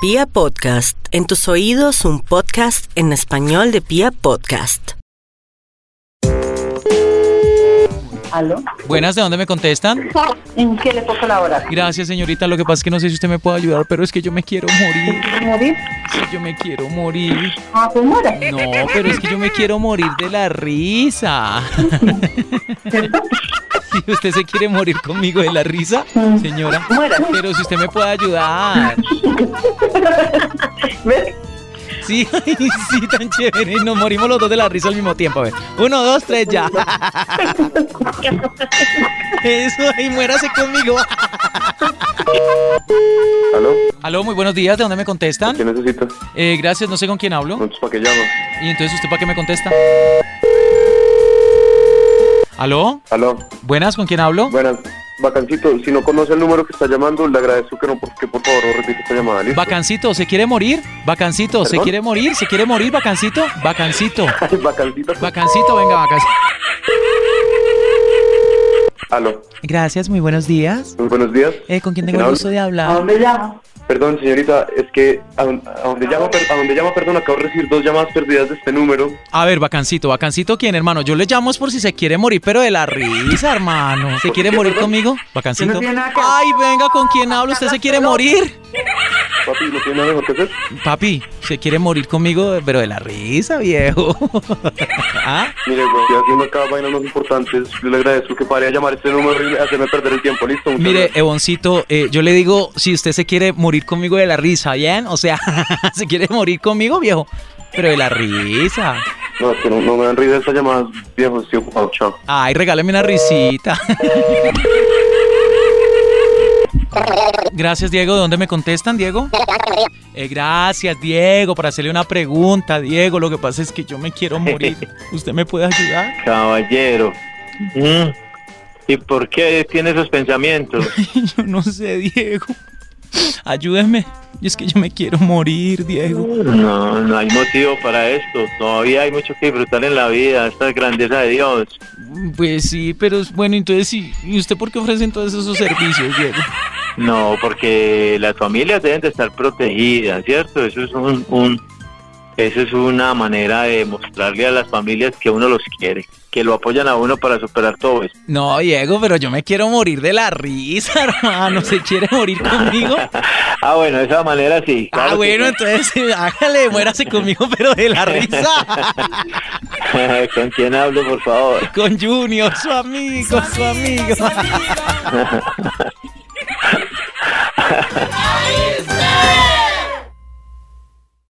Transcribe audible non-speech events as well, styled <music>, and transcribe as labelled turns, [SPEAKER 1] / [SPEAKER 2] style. [SPEAKER 1] Pia Podcast, en tus oídos un podcast en español de Pia Podcast.
[SPEAKER 2] ¿Aló?
[SPEAKER 3] Buenas, ¿de dónde me contestan?
[SPEAKER 2] ¿En qué le puedo colaborar?
[SPEAKER 3] Gracias, señorita. Lo que pasa es que no sé si usted me puede ayudar, pero es que yo me quiero morir.
[SPEAKER 2] ¿Quieres morir?
[SPEAKER 3] Sí, yo me quiero morir.
[SPEAKER 2] Ah, pues muera.
[SPEAKER 3] No, pero es que yo me quiero morir de la risa. <laughs>
[SPEAKER 2] ¿Cierto?
[SPEAKER 3] ¿Y usted se quiere morir conmigo de la risa, señora?
[SPEAKER 2] Muera.
[SPEAKER 3] Pero si usted me puede ayudar.
[SPEAKER 2] ¿Ves?
[SPEAKER 3] Sí, <laughs> ay, sí, tan chévere. Nos morimos los dos de la risa al mismo tiempo. A ver, uno, dos, tres, ya. <laughs> Eso, ahí muérase conmigo.
[SPEAKER 4] ¿Aló?
[SPEAKER 3] Aló, muy buenos días. ¿De dónde me contestan?
[SPEAKER 4] ¿Qué necesitas?
[SPEAKER 3] Eh, gracias, ¿Ah? no sé con quién hablo.
[SPEAKER 4] Entonces, ¿para qué llamo?
[SPEAKER 3] ¿Y entonces usted para qué me contesta? ¿Aló?
[SPEAKER 4] ¿Aló?
[SPEAKER 3] ¿Buenas? ¿Con quién hablo?
[SPEAKER 4] Buenas. Bacancito, si no conoce el número que está llamando, le agradezco que, no, que por favor no repita esta llamada. ¿listo?
[SPEAKER 3] Bacancito, ¿se quiere morir? Bacancito, ¿se
[SPEAKER 4] ¿Perdón?
[SPEAKER 3] quiere morir? ¿Se quiere morir, Bacancito? Bacancito.
[SPEAKER 4] <laughs> Ay, Bacancito.
[SPEAKER 3] Bacancito, venga, Bacancito.
[SPEAKER 4] ¿Aló?
[SPEAKER 3] Gracias, muy buenos días.
[SPEAKER 4] Muy buenos días.
[SPEAKER 3] Eh, ¿Con quién tengo el
[SPEAKER 4] hablo?
[SPEAKER 3] gusto de
[SPEAKER 2] ¿A
[SPEAKER 3] hablar?
[SPEAKER 2] dónde llama?
[SPEAKER 4] Perdón, señorita, es que a, don- a donde llama, per- a donde llama, perdón, acabo de recibir dos llamadas perdidas de este número.
[SPEAKER 3] A ver, Bacancito, Bacancito, ¿quién, hermano? Yo le llamo es por si se quiere morir, pero de la risa, hermano. ¿Se quiere morir conmigo? Bacancito.
[SPEAKER 2] tiene nada que-
[SPEAKER 3] Ay, venga, ¿con quién hablo? ¿Usted se quiere morir?
[SPEAKER 4] Papi, ¿no tiene nada mejor que hacer?
[SPEAKER 3] Papi, se quiere morir conmigo, pero de la risa, viejo. <laughs> ¿Ah?
[SPEAKER 4] Mire, güey, estoy haciendo acá vainas más importantes. Yo le agradezco que pare a llamar este número y hacerme perder el tiempo. ¿Listo? Muchas
[SPEAKER 3] Mire,
[SPEAKER 4] gracias.
[SPEAKER 3] Evoncito, eh, yo le digo, si usted se quiere morir conmigo de la risa, ¿bien? O sea, <laughs> se quiere morir conmigo, viejo, pero de la risa.
[SPEAKER 4] No, es que no, no me dan risa estas llamadas, viejo. Estoy ocupado. Chao.
[SPEAKER 3] Ay, regáleme una risita. Gracias, Diego. ¿De dónde me contestan, Diego? Eh, gracias, Diego, por hacerle una pregunta, Diego. Lo que pasa es que yo me quiero morir. ¿Usted me puede ayudar? <laughs>
[SPEAKER 5] Caballero. Mm. ¿Y por qué tiene esos pensamientos?
[SPEAKER 3] Yo no sé, Diego. Ayúdeme. Y es que yo me quiero morir, Diego.
[SPEAKER 5] No, no hay motivo para esto. Todavía hay mucho que disfrutar en la vida. Esta grandeza de Dios.
[SPEAKER 3] Pues sí, pero es- bueno, entonces sí. ¿Y usted por qué ofrecen todos esos servicios, Diego?
[SPEAKER 5] No, porque las familias deben de estar protegidas, ¿cierto? Eso es un, un- eso es una manera de mostrarle a las familias que uno los quiere, que lo apoyan a uno para superar todo esto.
[SPEAKER 3] No, Diego, pero yo me quiero morir de la risa, <laughs> hermano. ¿Se quiere morir <laughs> conmigo?
[SPEAKER 5] <laughs> Ah, bueno, de esa manera sí. claro
[SPEAKER 3] ah,
[SPEAKER 5] que
[SPEAKER 3] bueno,
[SPEAKER 5] sí.
[SPEAKER 3] entonces sí, hágale, muérase conmigo, pero de la <laughs> risa.
[SPEAKER 5] <laughs> ¿Con quién hablo, por favor?
[SPEAKER 3] Con Junior, su amigo, su amigo.
[SPEAKER 6] Ay,